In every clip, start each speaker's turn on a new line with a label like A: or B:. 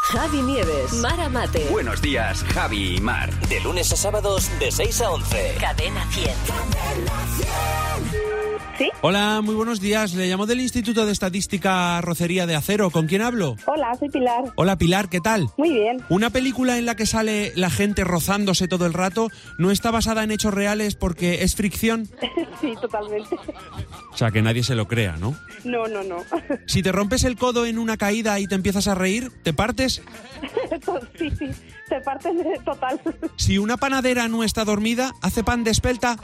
A: Javi Nieves, Mara Mate,
B: Buenos días, Javi y Mar.
C: De lunes a sábados de 6 a 11.
A: Cadena 100.
D: Hola, muy buenos días. Le llamo del Instituto de Estadística Rocería de Acero. ¿Con quién hablo?
E: Hola, soy Pilar.
D: Hola, Pilar, ¿qué tal?
E: Muy bien.
D: Una película en la que sale la gente rozándose todo el rato no está basada en hechos reales porque es fricción.
E: sí, totalmente.
D: O sea, que nadie se lo crea, ¿no?
E: No, no, no.
D: Si te rompes el codo en una caída y te empiezas a reír, ¿te partes?
E: sí, sí. Se parte de total.
D: Si una panadera no está dormida, ¿hace pan de espelta?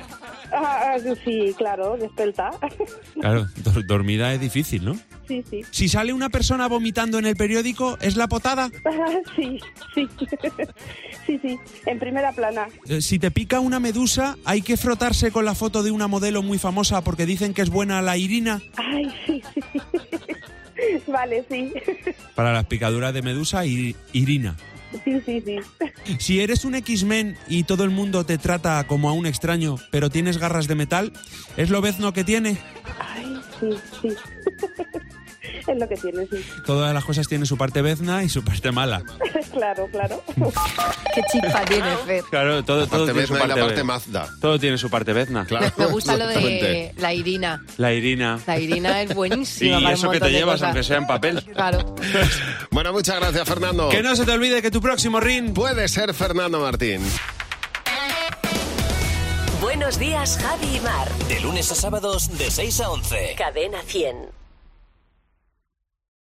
E: Ah, ah, sí, claro, despelta.
D: Claro, dormida es difícil, ¿no?
E: sí, sí.
D: Si sale una persona vomitando en el periódico, ¿es la potada?
E: Ah, sí, sí. sí, sí. En primera plana.
D: Eh, Si te pica una medusa, hay que frotarse con la foto de una modelo muy famosa porque dicen que es buena la Irina.
E: Ay, sí, sí. vale, sí.
D: Para las picaduras de medusa, I- Irina.
E: sí, sí, sí.
D: Si eres un X-Men y todo el mundo te trata como a un extraño, pero tienes garras de metal, es lo bezno que tiene.
E: Ay, sí, sí. es lo que tiene, sí.
D: Todas las cosas tienen su parte bezna y su parte mala.
E: claro, claro.
F: Qué chispa tiene, Fer.
D: Claro, todo,
G: Parte
D: tiene su
G: Vesna y la
D: parte
G: parte
D: bez-
G: Mazda.
D: Todo tiene su parte bezna.
G: Claro,
F: Me, me gusta lo de
G: exactamente.
F: la Irina.
D: La Irina.
F: La Irina es buenísima.
D: Y
F: para un
D: eso que
F: montón
D: te
F: de
D: llevas,
F: cosas.
D: aunque sea en papel.
F: Claro.
G: Bueno, muchas gracias, Fernando.
D: Que no se te olvide que tu próximo ring
G: Puede ser Fernando Martín.
A: Buenos días, Javi y Mar.
C: De lunes a sábados de 6 a 11.
A: Cadena 100.